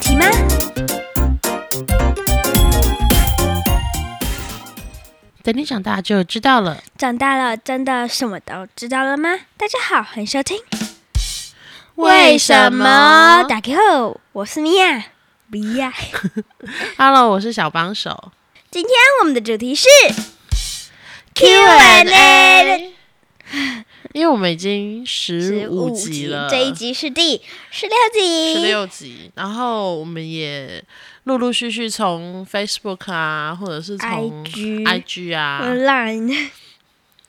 起吗？等你长大就知道了。长大了真的什么都知道了吗？大家好，欢迎收听。打开后，我是米娅。米娅， ？Hello，我是小帮手。今天我们的主题是 Q&A 因为我们已经十五15集了，这一集是第十六集。十六集，然后我们也陆陆续续从 Facebook 啊，或者是从 IG IG 啊 Line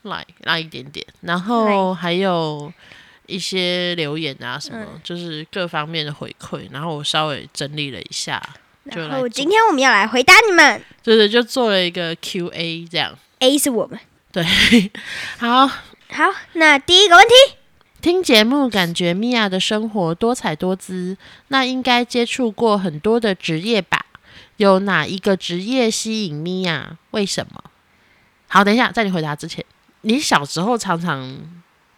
来来一点点，然后还有一些留言啊什么，就是各方面的回馈，然后我稍微整理了一下，就然来后做今天我们要来回答你们对对，就做了一个 Q&A 这样。 ，A 是我们。对， 好，好，那第一个问题，听节目感觉米娅的生活多彩多姿，那应该接触过很多的职业吧？有哪一个职业吸引米娅？为什么？好，等一下，在你回答之前，你小时候常常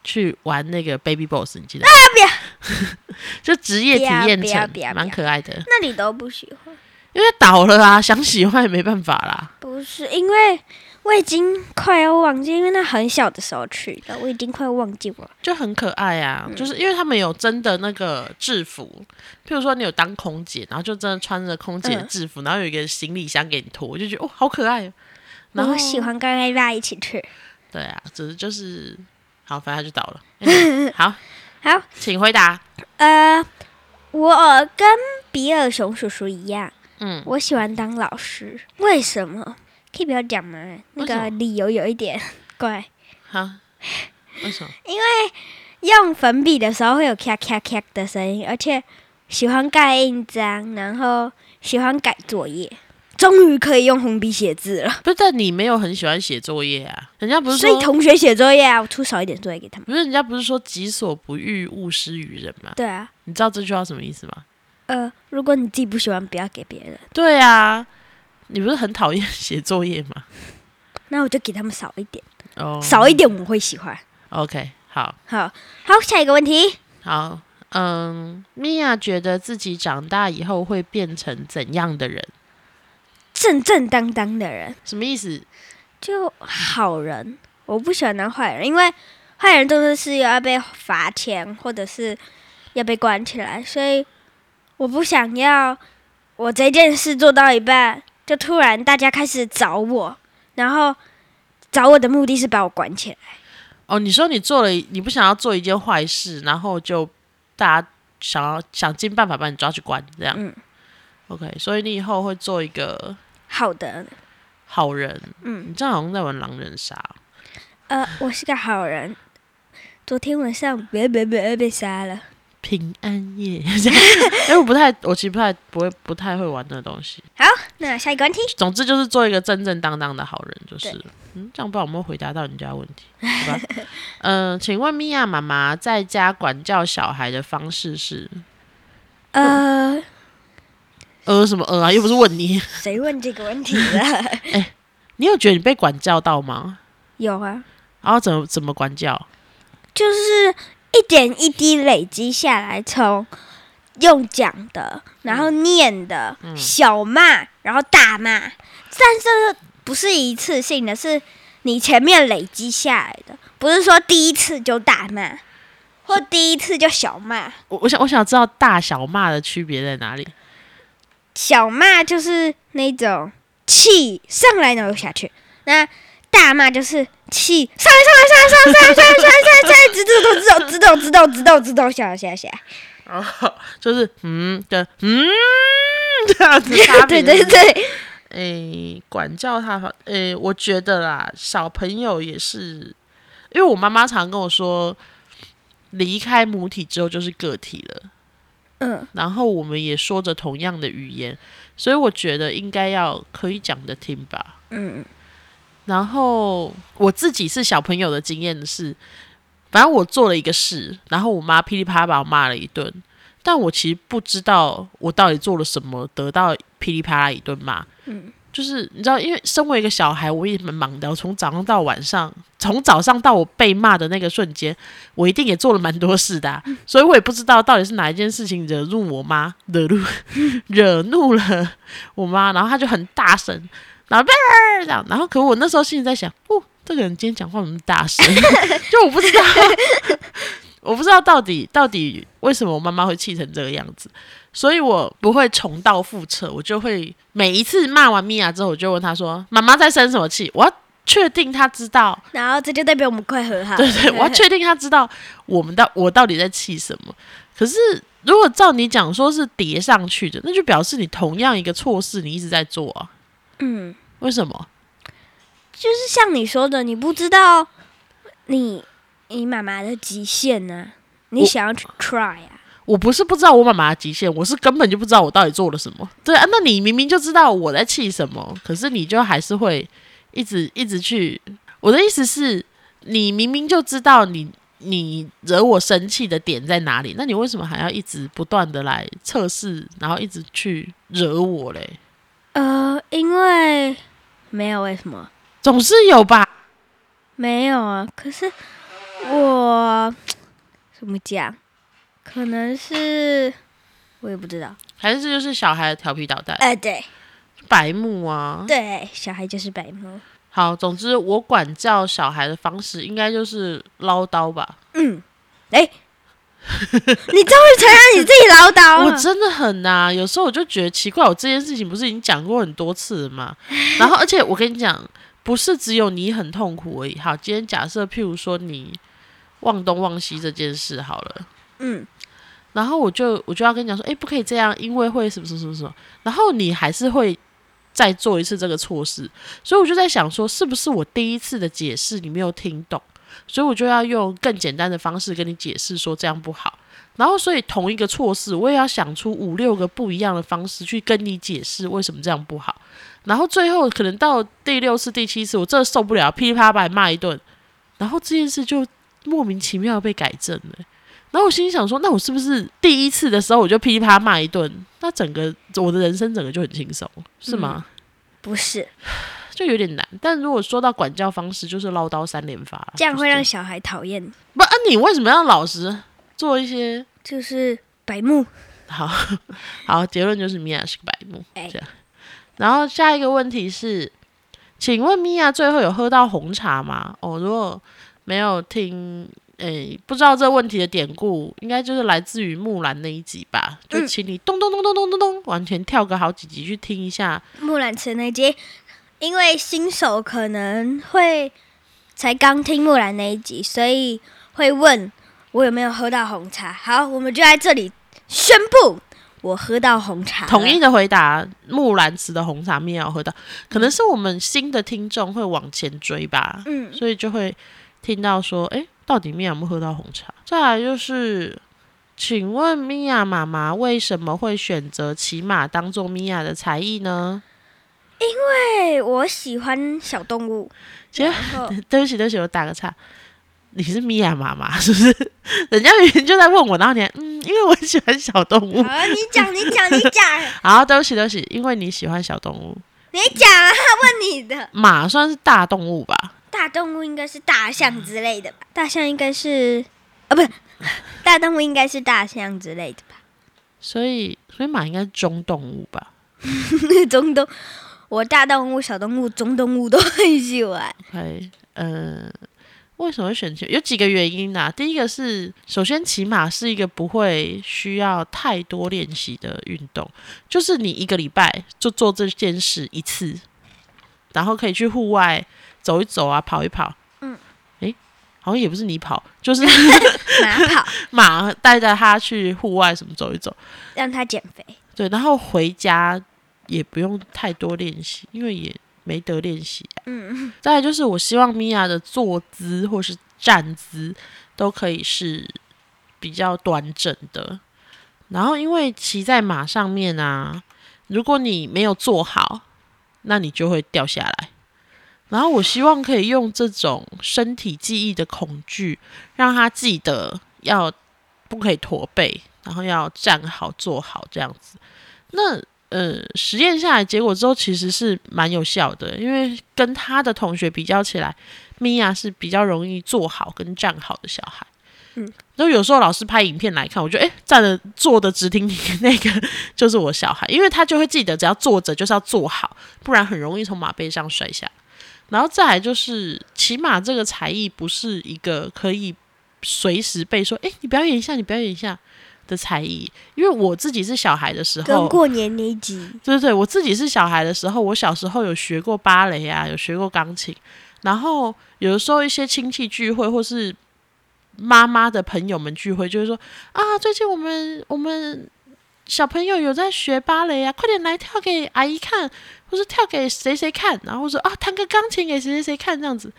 去玩那个 Baby Boss，你记得吗？啊不要 就职业体验不要不要城，不要蛮可爱的。那你都不喜欢？因为倒了啊，想喜欢也没办法啦。不是，因为我已经快要忘记，因为那很小的时候去的，我已经快忘记我。就很可爱啊，嗯就是因为他们有真的那个制服，譬如说你有当空姐，然后就真的穿着空姐的嗯制服，然后有一个行李箱给你拖，我就觉得哦，好可爱、哦。然后我喜欢跟艾爸一起去。对啊，只是就是好，反正他就倒了。Anyway，好， 好，请回答。呃，我跟比尔熊叔叔一样，嗯，我喜欢当老师。为什么？可以不要讲吗？那为什么个理由有一点怪。好，为什么？用粉笔的时候会有咔咔咔的声音，而且喜欢盖印章，然后喜欢改作业。终于可以用红笔写字了，不是，但你没有很喜欢写作业啊？人家不是所以说，同学写作业啊，我出少一点作业给他们。不是人家不是说己所不欲，勿施于人吗？对啊，你知道这句话什么意思吗？呃，如果你自己不喜欢，不要给别人，对啊，你不是很讨厌写作业吗？那我就给他们少一点，哦、少一点我会喜欢。 OK，好。好，好，下一个问题，好，嗯，米娅觉得自己长大以后会变成怎样的人？正正当当的人什么意思？就好人，我不喜欢当坏人，因为坏人都是是要被罚钱或者是要被关起来，所以我不想要我这件事做到一半，就突然大家开始找我，然后找我的目的是把我关起来。哦，你说你做了，你不想要做一件坏事，然后就大家想要想尽办法把你抓去关，这样。嗯 OK，所以你以后会做一个好的，好人。嗯你这样好像在玩狼人杀。呃，我是个好人。昨天晚上别别别被杀了，平安夜， 这样因为我不太，我其实不太不会不太会玩那东西。那下一个问题，总之就是做一个正正当当的好人，就是对了嗯，这样不知道有没有回答到你家的问题？好吧， 嗯、请问米娅妈妈在家管教小孩的方式是呃，呃什么呃啊？又不是问你， 谁问这个问题了？你有觉得你被管教到吗？有啊，然后怎么怎么管教？就是一点一滴累积下来，从用讲的，然后念的，小骂，然后大骂，但是不是一次性的，是你前面累积下来的，不是说第一次就大骂，或第一次就小骂。我我想我想知道大小骂的区别在哪里？小骂就是那种气上来然后下去，那大骂就是气上来上来上来上来上来上来上来上来，直直直直直直直直直直下下下。哦就是嗯跟嗯这样子差 别对是对对，诶、管教他方，诶、我觉得啦，小朋友也是，因为我妈妈常跟我说，离开母体之后就是个体了，嗯，然后我们也说着同样的语言，所以我觉得应该要可以讲得听吧。嗯，然后我自己是小朋友的经验是，反正我做了一个事，然后我妈噼里啪啦把我骂了一顿，但我其实不知道我到底做了什么，得到噼里啪啦一顿骂。嗯，就是你知道，因为身为一个小孩，我也蛮忙的。我从早上到晚上，从早上到我被骂的那个瞬间，我一定也做了蛮多事的啊、 所以我也不知道到底是哪一件事情惹怒我妈，惹怒 惹怒了我妈，然后她就很大声，然后 这样，然后可我那时候心里在想，哦，这个人今天讲话怎么那么大声？ 就我不知道， 我不知道到底到底为什么我妈妈会气成这个样子。所以我不会重蹈覆辙，我就会每一次骂完米娅之后，我就问她说：“妈妈在生什么气？”我要确定她知道，然后这就代表我们快和好。对对， 我要确定她知道我们到我到底在气什么。可是如果照你讲说是叠上去的，那就表示你同样一个错事你一直在做啊？嗯，为什么？就是像你说的，你不知道你你妈妈的极限呢、你我想要去 try 啊。我不是不知道我妈妈的极限，我是根本就不知道我到底做了什么。对啊，那你明明就知道我在气什么，可是你就还是会一直一直去。我的意思是，你明明就知道你你惹我生气的点在哪里，那你为什么还要一直不断的来测试，然后一直去惹我嘞？呃，因为没有为什么总是有吧？没有啊，可是我怎么讲？可能是我也不知道。还是这就是小孩的调皮捣蛋、哎、对白目啊？对，小孩就是白目。好，总之我管教小孩的方式应该就是唠叨吧。嗯，哎、 你终于承认你自己唠叨 我了。真的很呐、有时候我就觉得奇怪，我这件事情不是已经讲过很多次了 吗？然后，而且我跟你讲，不是只有你很痛苦而已。好，今天假设譬如说你忘东忘西这件事好了，嗯，然后我就我就要跟你讲说，哎、不可以这样，因为会什么什么什么什么，然后你还是会再做一次这个错事，所以我就在想说，是不是我第一次的解释你没有听懂，所以我就要用更简单的方式跟你解释说这样不好。然后，所以同一个错事，我也要想出五六个不一样的方式去跟你解释为什么这样不好。然后最后可能到第六次、第七次，我真的受不了，噼里啪啦把你骂一顿，然后这件事就莫名其妙地被改正了。然后我心里想说，那我是不是第一次的时候我就噼里啪啦骂一顿，那整个我的人生整个就很轻松，是吗？嗯不是，就有点难。但如果说到管教方式，就是唠叨三连发啦，这样会啊就是让小孩讨厌你，不啊？你为什么要老实做一些就是白目。好好，结论就是米娅是个白目，哎这样。然后下一个问题是，请问米娅最后有喝到红茶吗？哦，如果没有听，诶，不知道这问题的典故，应该就是来自于木兰那一集吧？就嗯请你咚咚咚咚咚咚咚，完全跳个好几集去听一下。木兰辞那一集，因为新手可能会才刚听木兰那一集，所以会问我有没有喝到红茶。好，我们就在这里宣布，我喝到红茶了。统一的回答，木兰辞的红茶米娅有喝到，可能是我们新的听众会往前追吧。嗯，所以就会听到说，诶，到底米娅有没有喝到红茶？再来就是，请问米娅妈妈为什么会选择骑马当做米娅的才艺呢？ 对，我喜欢小动物。其实然后对不起，对不起，我打个岔。你是米娅妈妈是不是？ 人家明明就在问我，然后你还嗯，因为我喜欢小动物。好啊，你讲，你讲，你讲， 好，对不起，对不起，因为你喜欢小动物，你讲啊！问你的马算是大动物吧？大动物应该是大象之类的吧？大象应该是啊，不是 大动物应该是大象之类的吧？ 所以，所以马应该是中动物吧？中东，我大动物、小动物、中动物都很喜欢。 OK，呃，为什么会选骑？有几个原因呐、第一个是，首先骑马是一个不会需要太多练习的运动，就是你一个礼拜就做这件事一次，然后可以去户外走一走啊，跑一跑。嗯，诶，好像也不是你跑，就是 马跑马带着它去户外什么走一走。让它减肥，对，然后回家也不用太多练习，因为也没得练习、啊嗯， 再来就是，我希望米娅的坐姿或是站姿都可以是比较端正的。然后，因为骑在马上面啊，如果你没有坐好，那你就会掉下来。然后，我希望可以用这种身体记忆的恐惧，让他记得要不可以驼背，然后要站好坐好这样子。那呃，实验下来结果之后，其实是蛮有效的，因为跟他的同学比较起来，米娅是比较容易做好跟站好的小孩。嗯，然后有时候老师拍影片来看，我觉得哎，诶站的坐的直挺挺的那个就是我小孩，因为他就会记得，只要坐着就是要坐好，不然很容易从马背上摔下来。然后再来就是，骑马这个才艺不是一个可以随时被说，哎，你表演一下，你表演一下的才艺。因为我自己是小孩的时候，跟过年那一集，对对对，我自己是小孩的时候，我小时候有学过芭蕾啊，有学过钢琴，然后有的时候一些亲戚聚会或是妈妈的朋友们聚会，就会说啊，最近我们我们小朋友有在学芭蕾啊，快点来跳给阿姨看，或是跳给谁谁看，然后说啊，弹个钢琴给谁谁谁看这样子。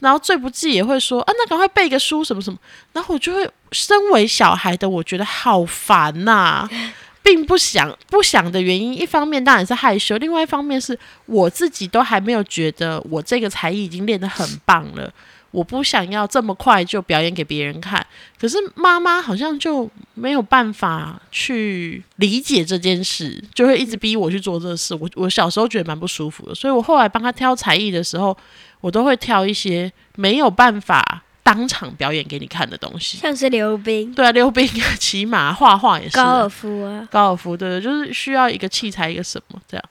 然后最不济也会说啊，那赶快背个书什么什么。然后我就会，身为小孩的，我觉得好烦呐、并不想不想的原因，一方面当然是害羞，另外一方面是我自己都还没有觉得我这个才艺已经练得很棒了，我不想要这么快就表演给别人看。可是妈妈好像就没有办法去理解这件事，就会一直逼我去做这事。我我小时候觉得蛮不舒服的，所以我后来帮她挑才艺的时候，我都会挑一些没有办法当场表演给你看的东西。像是溜冰、对啊，溜冰啊， 骑马、画画也是啊、高尔夫啊，高尔夫，对对，就是需要一个器材，一个什么这样，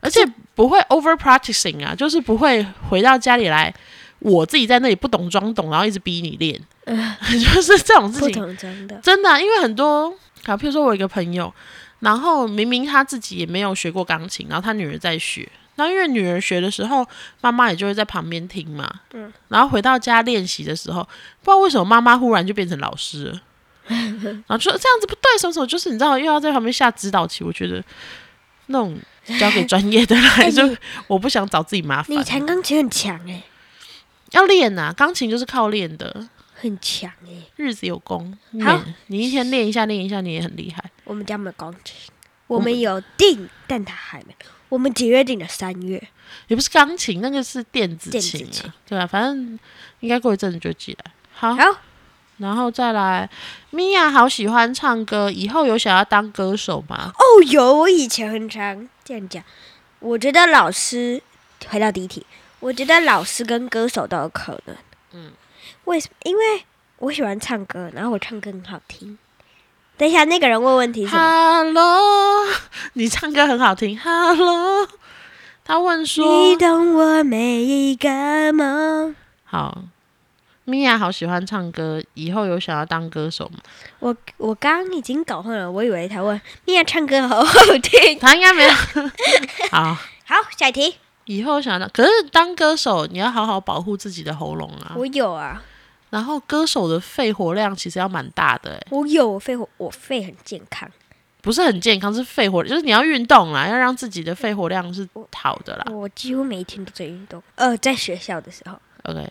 而且不会 over practicing 啊，就是不会回到家里来，我自己在那里不懂装懂，然后一直逼你练， 就是这种呃事不情，同装的，真的啊、因为很多，好，譬如说我有一个朋友，然后明明他自己也没有学过钢琴，然后他女儿在学。那因为女儿学的时候，妈妈也就会在旁边听嘛。嗯。然后回到家练习的时候，不知道为什么妈妈忽然就变成老师 了，然后就说这样子不对，什么什么，就是你知道又要在旁边下指导棋，我觉得那种交给专业的来 哎就你，我不想找自己麻烦。你弹钢琴很强哎、要练呐、钢琴就是靠练的，很强哎、日子有功。好你你一天练一下练一下，你也很厉害。我们家没有钢琴，我们有订，但它还没。我们几月订的？三月。也不是钢琴，那个是电子电琴啊，子琴对啊，反正应该过一阵子就寄来。好，好，然后再来，米娅好喜欢唱歌，以后有想要当歌手吗？哦，有，我以前很常这样讲。我觉得老师，回到第一题，我觉得老师跟歌手都有可能。嗯，为什么？因为我喜欢唱歌，然后我唱歌很好听。等一下，那个人问问题是什么？ Hello，你 唱歌很好听。Hello，他问你说，懂我每一个梦。好，米娅好喜欢唱歌，以后有想要当歌手吗？我我刚刚已经搞混了，我以为他问米娅唱歌好好听。他应该没有。 好，好，下一题，以后想要当，可是当歌手你要好好保护自己的喉咙啊。我有啊，然后歌手的肺活量其实要蛮大的、欸，我有，我肺活我肺很健康，不是很健康，是肺活，就是你要运动啦，要让自己的肺活量是好的啦。我几乎每一天都在运动。呃，在学校的时候， OK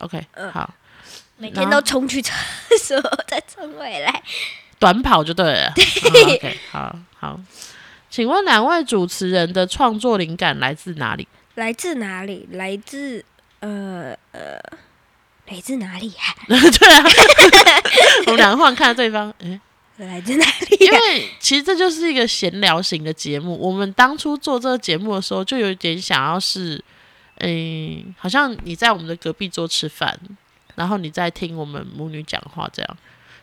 OK，嗯好，每天都冲去厕所，再冲回来。短跑就对了。对 OK，好好。请问两位主持人的创作灵感来自哪里？ 来自哪里？来自呃呃，来自哪里呀、对啊，我们两个忽然看着对方，诶、来自哪里因呀、为其实这就是一个闲聊型的节目。我们当初做这个节目的时候，就有点想要是，嗯、好像你在我们的隔壁桌吃饭，然后你在听我们母女讲话这样。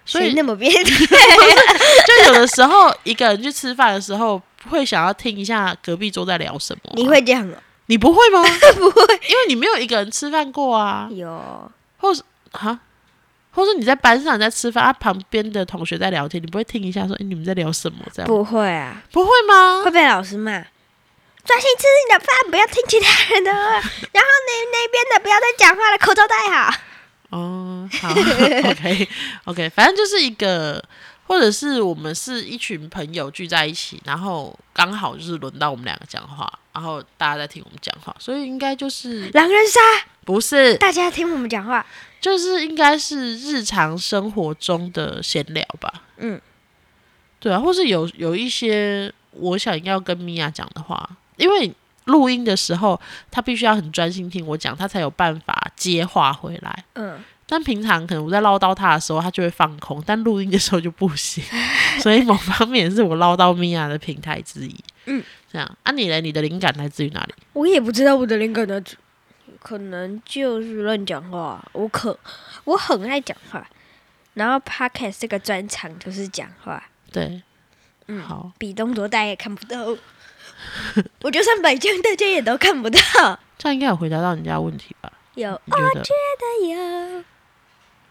所谁以那么变态？就有的时候一个人去吃饭的时候，会想要听一下隔壁桌在聊什么啊、你会这样哦？你不会 吗？不会，因为你没有一个人吃饭过啊，有，或是啊，或是你在班上你在吃饭，啊旁边的同学在聊天，你不会听一下说，哎、你们在聊什么这样？不会啊，不会吗？会被老师骂。专心吃你的饭，不要听其他人的话。然后那那边的不要再讲话了，口罩戴好。哦，好，OK OK，反正就是一个，或者是我们是一群朋友聚在一起，然后刚好就是轮到我们两个讲话，然后大家在听我们讲话，所以应该就是狼人杀，不是，大家听我们讲话。就是应该是日常生活中的闲聊吧。嗯，对啊，或是有有一些我想要跟米娅讲的话，因为录音的时候她必须要很专心听我讲，她才有办法接话回来。嗯，但平常可能我在唠叨他的时候，他就会放空，但录音的时候就不 行。所以某方面是我唠叨米娅的平台之一。嗯，这样啊，你嘞，你的灵感来自于哪里？我也不知道我的灵感呢，可能就是乱讲话。我可我很爱讲话，然后 podcast 这个专长就是讲话，对，嗯好，比东多大家也看不到。我就算摆正，大家也都看不到。这样应该有回答到人家的问题吧？有哎哦你觉得？有，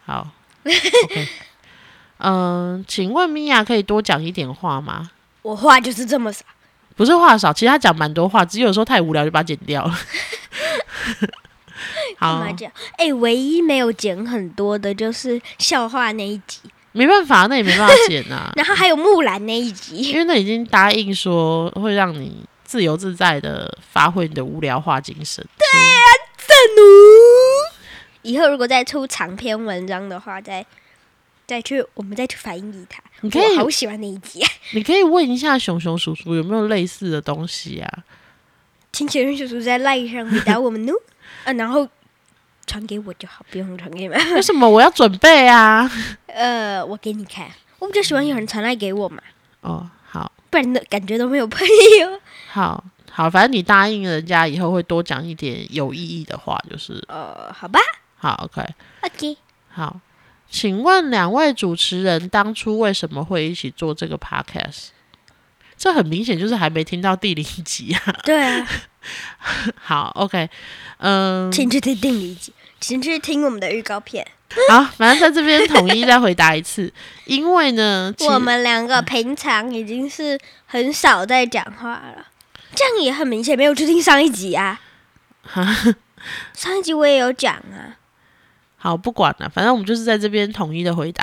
好，OK。嗯，请问米娅可以多讲一点话吗？我话就是这么少。不是话少，其实他讲蛮多话，只有说太无聊就把它剪 掉了。干好嘛，讲？哎、唯一没有剪很多的就是笑话那一集，没办法，那也没办法剪 ，啊然后还有木兰那一集。因为那已经答应说会让你自由自在的发挥你的无聊话精 神。所以赞奴。以后如果再出长篇文章的话，再再去我们再去翻译它。你可我以好喜欢那一集、啊。你可以问一下熊熊叔叔有没有类似的东西啊？请前任叔叔在赖上回答我 们呢，啊，然后传给我就好，不用传给你们。为什么我要准备啊？ 呃，我给你看，嗯我比较喜欢有人传赖给我嘛，哦，好，不然的感觉都没有朋友。好，好，反正你答应人家以后会多讲一点有意义的话，就是呃，好吧好，OK， ，OK，好。请问两位主持人当初为什么会一起做这个 podcast？这很明显就是还没听到第零集啊。对啊，好，OK，嗯，请去听第一集，请去听我们的预告片。好，反正在这边统一再回答一次，因为呢，其 我们两个平常已经是很少在讲话了，这样也很明显没有去听上一集啊。上一集我也有讲啊，好，不管了，反正我们就是在这边统一的回答。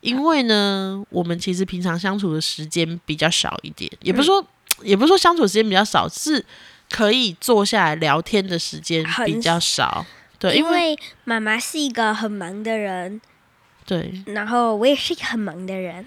因为呢，我们其实平常相处的时间比较少一点，也不嗯是说、也不是说相处的时间比较少，是可以坐下来聊天的时间很比较少。对，因因为为妈妈是一个很忙的人，对，然后我也是一个很忙的人，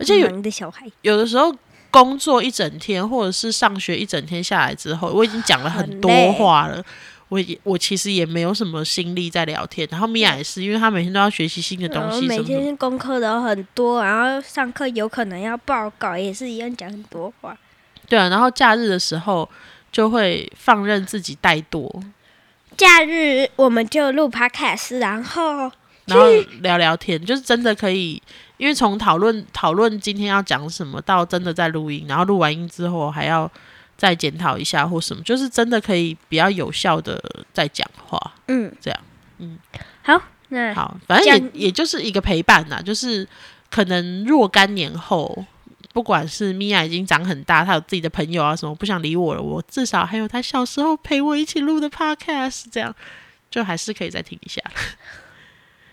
而且有很忙的小孩，有的时候工作一整天，或者是上学一整天下来之后，我已经讲了很很多累话了。我也我其实也没有什么心力在聊天，然后米娅也是，因为她每天都要学习新的东然后西，什嗯每么什么天功课都很多，然后上课有可能要报告，也是一样讲很多话。对啊，然后假日的时候就会放任自己怠惰，假日我们就录 podcast，然后然后聊聊天，就是真的可以，因为从讨论讨论今天要讲什么到真的在录音，然后录完音之后还要再检讨一下或什么，就是真的可以比较有效的在讲话。嗯，这样，嗯，好，那好，反这正样也也就是一个陪伴呐，就是可能若干年后。不管是米娅已经长很大，她有自己的朋友啊什么，不想理我了，我至少还有她小时候陪我一起录的 podcast，这样就还是可以再听一下。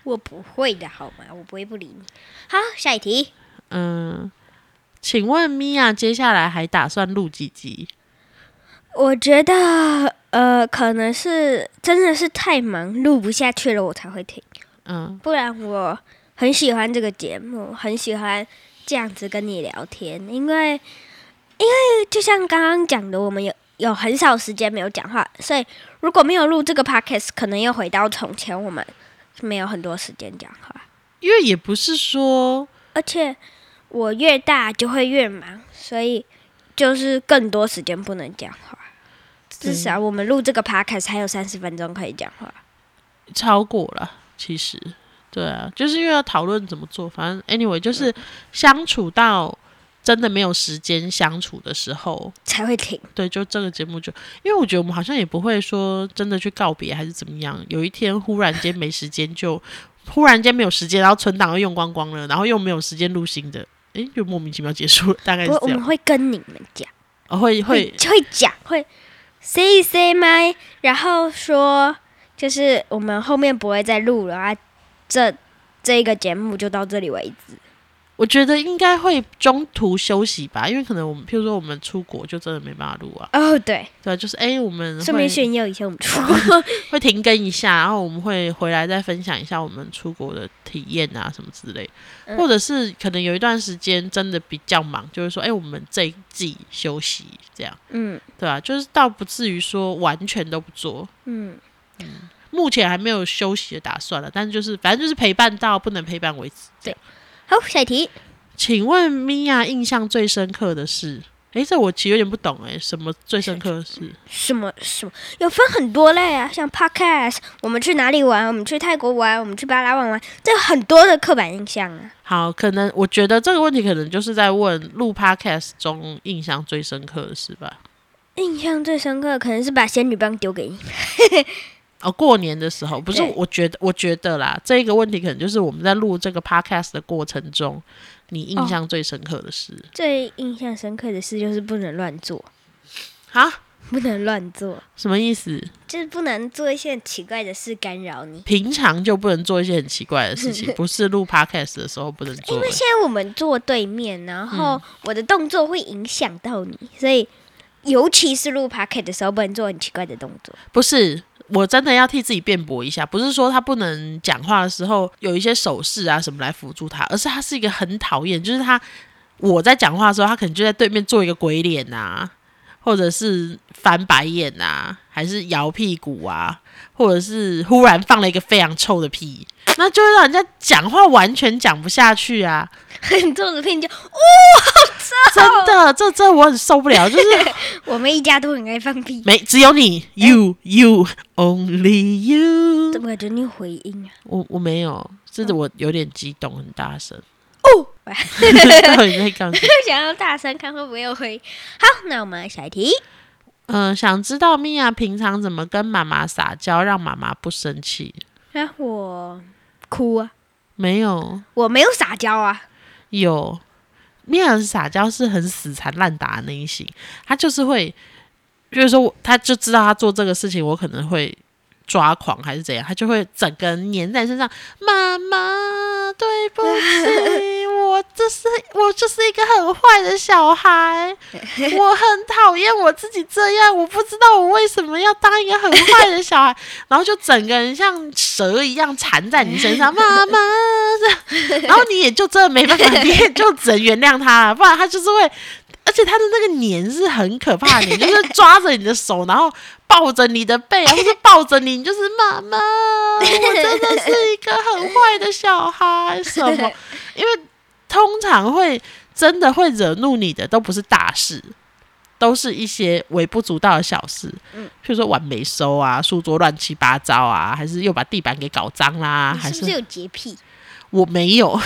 我不会的好吗？我不会不理你。好，下一题。嗯，请问米娅接下来还打算录几集？我觉得呃，可能是真的是太忙录不下去了，我才会停。嗯，不然我很喜欢这个节目，很喜欢这样子跟你聊天，因为因为就像刚刚讲的，我们有有很少时间没有讲话，所以如果没有录这个 podcast，可能又回到从前我们没有很多时间讲话，因为也不是说，而且我越大就会越忙，所以就是更多时间不能讲话。对至少我们录这个 podcast 还有三十分钟可以讲话。超过了，其实对啊，就是因为要讨论怎么做，反正 anyway 就是相处到真的没有时间相处的时候，才会停，对，就这个节目就，因为我觉得我们好像也不会说真的去告别还是怎么样，有一天忽然间没时间就，忽然间没有时间，然后存档又用光光了，然后又没有时间录新的，诶，就莫名其妙结束了，大概不是过这我们样，会跟你们讲。哦会会会讲会 say say my，然后说就是我们后面不会再录了啊，这这一个节目就到这里为止。我觉得应该会中途休息吧，因为可能我们，譬如说我们出国就真的没办法录啊，哦，对，对啊，就是哎、诶我们顺便会炫耀一下我们出国。 会停更一下，然后我们会回来再分享一下我们出国的体验啊什么之类，嗯或者是可能有一段时间真的比较忙，就是说哎、诶我们这一季休息这样，嗯对啊，就是倒不至于说完全都不做，嗯，目前还没有休息的打算了，但就是反正就是陪伴到不能陪伴为止。这样，好，下一题，请问米娅印象最深刻的是？诶，这我其实有点不懂诶，什么最深刻的是？什么什么有分很多类啊，像 podcast，我们去哪里玩，我们去泰国玩，我们去巴拉望玩，这有很多的刻板印象啊。好，可能我觉得这个问题可能就是在问录 podcast 中印象最深刻的事吧。印象最深刻的可能是把仙女棒丢给你，哦，过年的时候不是对？我觉得，我觉得啦，这个问题可能就是我们在录这个 podcast 的过程中，你印象最深刻的事。最印象深刻的事就是不能乱做，啊，不能乱做，什么意思？就是不能做一些很奇怪的事干扰你。平常就不能做一些很奇怪的事情，不是录 podcast 的时候不能做因为的现在我们坐对面，然后我的动作会影响到你，所以尤其是录 p o c k e t 的时候，不能做很奇怪的动作。不是，我真的要替自己辩驳一下，不是说他不能讲话的时候有一些手势啊什么来辅助他，而是他是一个很讨厌，就是他我在讲话的时候，他可能就在对面做一个鬼脸啊，或者是翻白眼啊，还是摇屁股啊，或者是忽然放了一个非常臭的屁。那就会让人家讲话完全讲不下去啊！你做的片就，真的，这这我很受不了，就是我们一家都很爱放屁，没只有你，you you only you。怎么感觉你有回音啊？我我没有，真的我有点激动，很大声。哦， 到底在干什么？ 想要大声看会不会有回音。好，那我们来下一题。嗯、想知道米娅平常怎么跟妈妈撒娇，让妈妈不生气？那啊我哭啊，没有，我没有撒娇啊，有。米娅的撒娇是很死缠烂打的那一型，她就是会，就是说我，她就知道她做这个事情，我可能会抓狂还是怎样，她就会整个人粘在身上。妈妈，对不起，我这是我就是一个很坏的小孩。我很讨厌我自己这样，我不知道我为什么要当一个很坏的小孩， 然后就整个人像蛇一样缠在你身上，妈妈，这样 然后你也就真的没 办法，你也就只能原谅他了，不然他就是会，而且他的那个黏是很可怕的黏， 就是抓着你的手，然后抱着你的背，或是抱着你，你就是妈妈，我真的是一个很坏的小孩，什么？因为通常会真的会惹怒你的，都不是大事，都是一些微不足道的小事。嗯譬如说碗没收啊，书桌乱七八糟啊，还是又把地板给搞脏啦、你还啊是不是有洁癖？我没 有，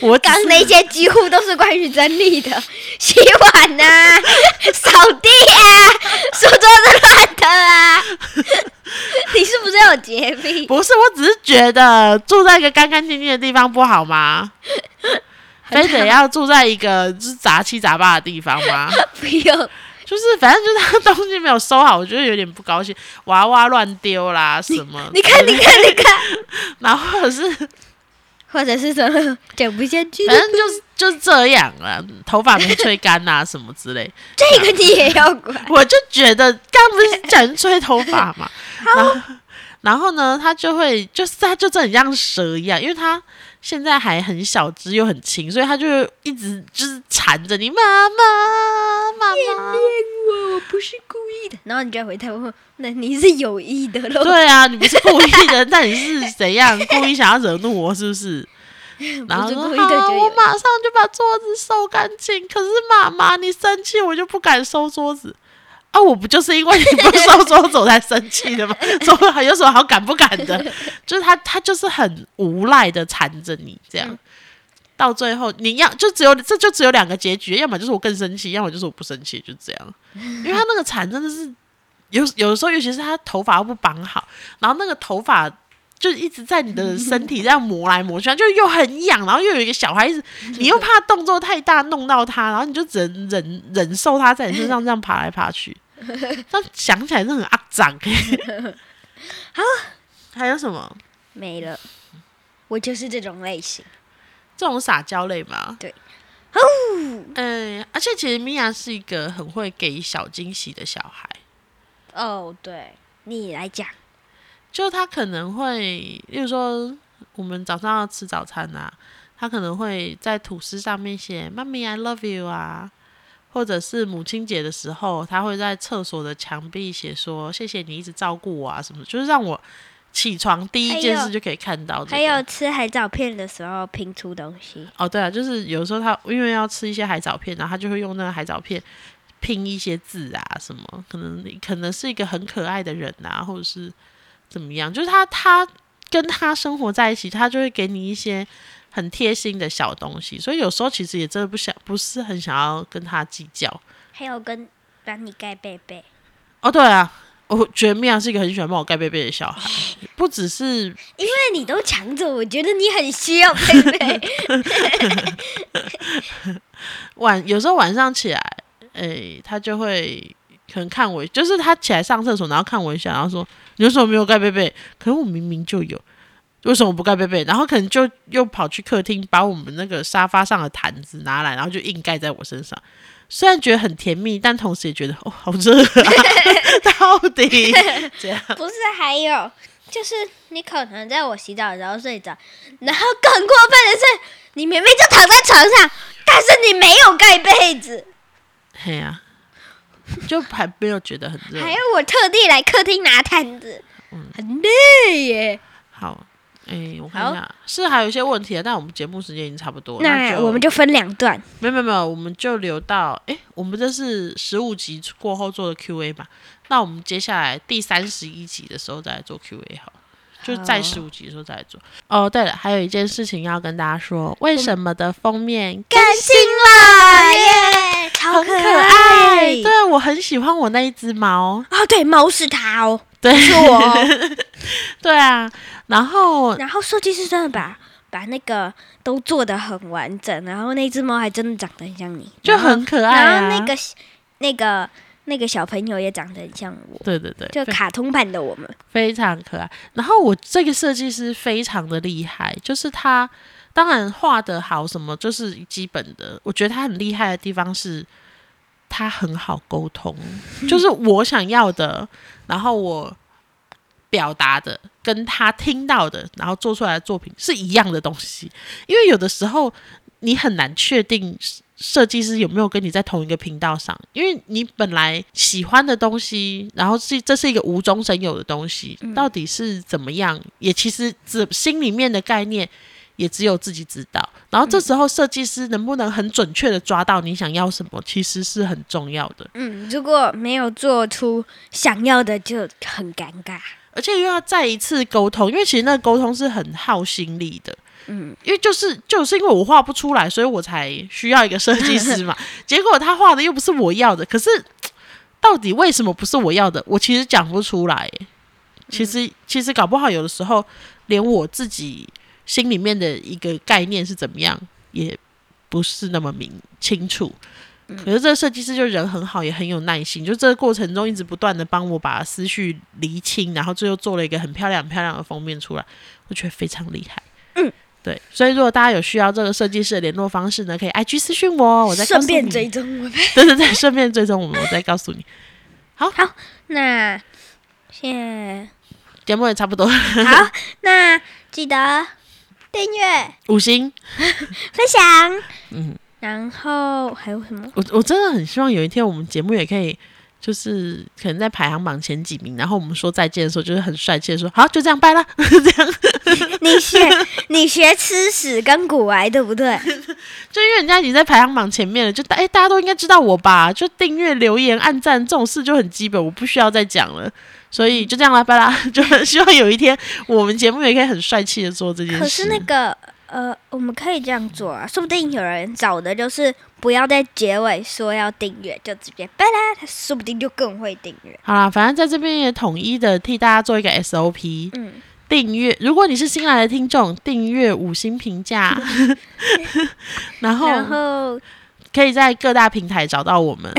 我只刚是那些几乎都是关于整理的， 洗碗啊， 扫地啊， 书桌是乱的啊。 你是不是有洁癖？不是，我只是觉得住在一个干干净净的地方不 好吗？非得要住在一个就是杂七杂八的地方 吗？不用，就是反正就是他东西没有收好，我就有点不高兴，娃娃乱丢啦什么，你看，你看，你看，然后或者是或者是什么讲不下去反的，正就是就是这样啦，头发没吹干啊什么之类，这个你也要管。 我就觉得刚不是讲吹头发嘛，然后然后呢，他就会就是他就真的很像蛇一样，因为他现在还很小只又很轻，所以他就一直就是缠着你妈妈 妈妈。我我不是故意的，然后你就要回他问，那你是有意的喽？对啊，你不是故意的，那你是怎样故意想要惹怒我是不是？然后不是说故意的好，就有我马上就把桌子收干净。可是妈妈，你生气，我就不敢收桌子。啊，我不就是因为你不收桌子我才生气的吗？ 怎么还有什么好敢不敢的？ 就是他，他就是很无赖的缠着你这样。嗯到最后，你要就只有这就只有两个结局，要么就是我更生气，要么就是我不生气，就这样。因为他那个缠真的是有有的时候，尤其是他头发又不绑好，然后那个头发就一直在 你的身体这样磨来磨去，就又很痒，然后又有一个小孩 子，你又怕动作太大弄到他，然后你就只能忍忍受他在你身上这样爬来 爬去。但想起来是很肮脏。欸好，还有什么没了，我就是这种类型。这种撒娇类吗？对。哦，嗯，而且其实米娅是一个很会给小惊喜的小孩，哦，对，你来讲。就他可能会，例如说我们早上要吃早餐呐、啊，他可能会在吐司上面写“妈咪 I love you” 啊，或者是母亲节的时候，他会在厕所的墙壁写说“谢谢你一直照顾我啊”什么，就是让我起床第一件还有事就可以看到、这个。还有吃海藻片的时候拼出东西，哦，对啊，就是有时候他因为要吃一些海藻片，然后他就会用那个海藻片拼一些字啊，什么可能可能是一个很可爱的人啊，或者是怎么样，就是他他跟他生活在一起，他就会给你一些很贴心的小东西，所以有时候其实也真的不想不是很想要跟他计较。还有跟帮你盖被被，哦，对啊。我觉得米娅是一个很喜欢帮我盖被被的小孩，不只是因为你都抢走，我觉得你很需 要被被。晚有时候晚上起来，诶、他就会可能看我，就是他起来上厕所，然后看我一下，然后说你为什么没有盖被被？可是我明明就有，为什么不盖被被？然后可能就又跑去客厅把我们那个沙发上的毯子拿来，然后就硬盖在我身上。虽然觉得很甜蜜，但同时也觉得哦，好 热啊！到底这样不是，还有就是你可能在我洗澡的时候睡着，然后更过分的是，你明明就躺在床 上，但是你没有盖被子。嘿呀、就还没有觉得很热。还有我特地来客厅拿毯子，很累耶。好，诶、我看一下，是还有一些问题啊，但我们节目时间已经差不多，那我们就分两段，没有没有没有，我们就留到诶，我们这是十五集过后做的 Q&A 嘛？那我们接下来第三十一集的时候再来做 Q&A 好了，就在好十五集的时候再来做。哦，对了，还有一件事情要跟大家说，为什么的封面更新了耶，超很可可爱爱？。对，啊我很喜欢我那一只猫。哦，对，猫是它哦，对，是我 哦。对啊，然后然后设计师真的把把那个都做得很完整，然后那只猫还真的长得很像你，就然后很可爱、啊。然后那个那个那个小朋友也长得很像我，对对对，就卡通版的我们。非常可爱。然后我这个设计师非常的厉害，就是他当然画的好，什么就是基本的。我觉得他很厉害的地方是，他很好沟通，就是我想要的，然后我表达的跟他听到的，然后做出来的作品是一样的东西。因为有的时候你很难确定设计师有没有跟你在同一个频道上，因为你本来喜欢的东西，然后是这是一个无中生有的东西，到底是怎么样，也其实只心里面的概念。也只有自己知道，然后这时候设计师能不能很准确的抓到你想要什么，其实是很重要的。嗯，如果没有做出想要的，就很尴尬。而且又要再一次沟通，因为其实那个沟通是很耗心力的。嗯，因为就是就是因为我画不出来，所以我才需要一个设计师嘛。结果他画的又不是我要的，可是到底为什么不是我要的？我其实讲不出来嗯耶。其实其实搞不好有的时候，连我自己心里面的一个概念是怎么样，也不是那么明清楚。嗯可是这个设计师就人很好，也很有耐心，就这个过程中一直不断的帮我把思绪厘清，然后最后做了一个很漂亮、很漂亮的封面出来，我觉得非常厉害。嗯，对，所以如果大家有需要这个设计师的联络方式呢，可以 IG 私讯我哦，我再告顺诉便你追踪我们。 对对对，顺便追踪我们，我再告诉你。那现节目也差不多， 好，那记得订阅、五星。分享，嗯，然后还有什么？ 我我真的很希望有一天我们节目也可以，就是可能在排行榜前几名，然后我们说再见的时候，就是很帅气的说好，就这样拜了。你学你学吃屎跟骨癌对不对？就因为人家已经在排行榜前面了，就大哎、大家都应该知道我吧？就订阅、留言、按赞这种事就很基本，我不需要再讲了。所以就这样啦，拜啦！ 就很希望有一天我们节目也可以很帅气的做这件事。可是那个呃，我们可以这样做啊，说不定有人找的就是不要在结尾说要订阅，就直接拜啦，他说不定就更会订阅。好啦，反正在这边也统一的替大家做一个 SOP。嗯，订阅，如果你是新来的听众，订阅五星 评价，然后然后可以在各大平台找到我 们。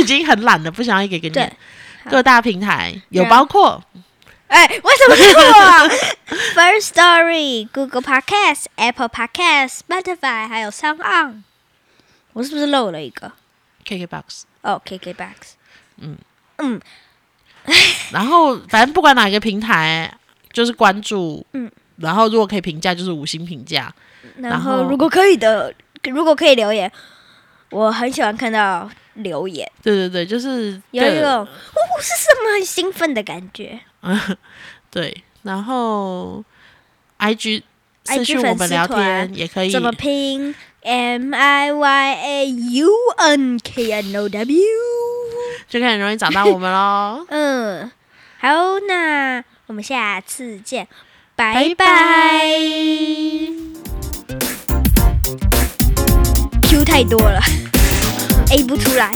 已经很懒了，不想要一个一个念对。好各大平台有然后包括哎，为什么是我啊？First Story、Google Podcast、Apple Podcast、Spotify 还有 Sound On，我是不是漏了一个？ KKBox，哦，KKBox。嗯嗯，然后反正不管哪一个平台，就是关注，嗯然后如果可以评价，就是五星评价。然然后后如果可以的，如果可以留言，我很喜欢看到留言，对对对，就是有对一种哦是什么很兴奋的感觉。 对，然后 I G IG 私讯我们聊粉丝天也可以，怎么拼？M I Y A U N K N O W。。就可以很容易找到我们喽嗯，好，那我们下次见， 拜拜拜。Q 太多了，A 不出来。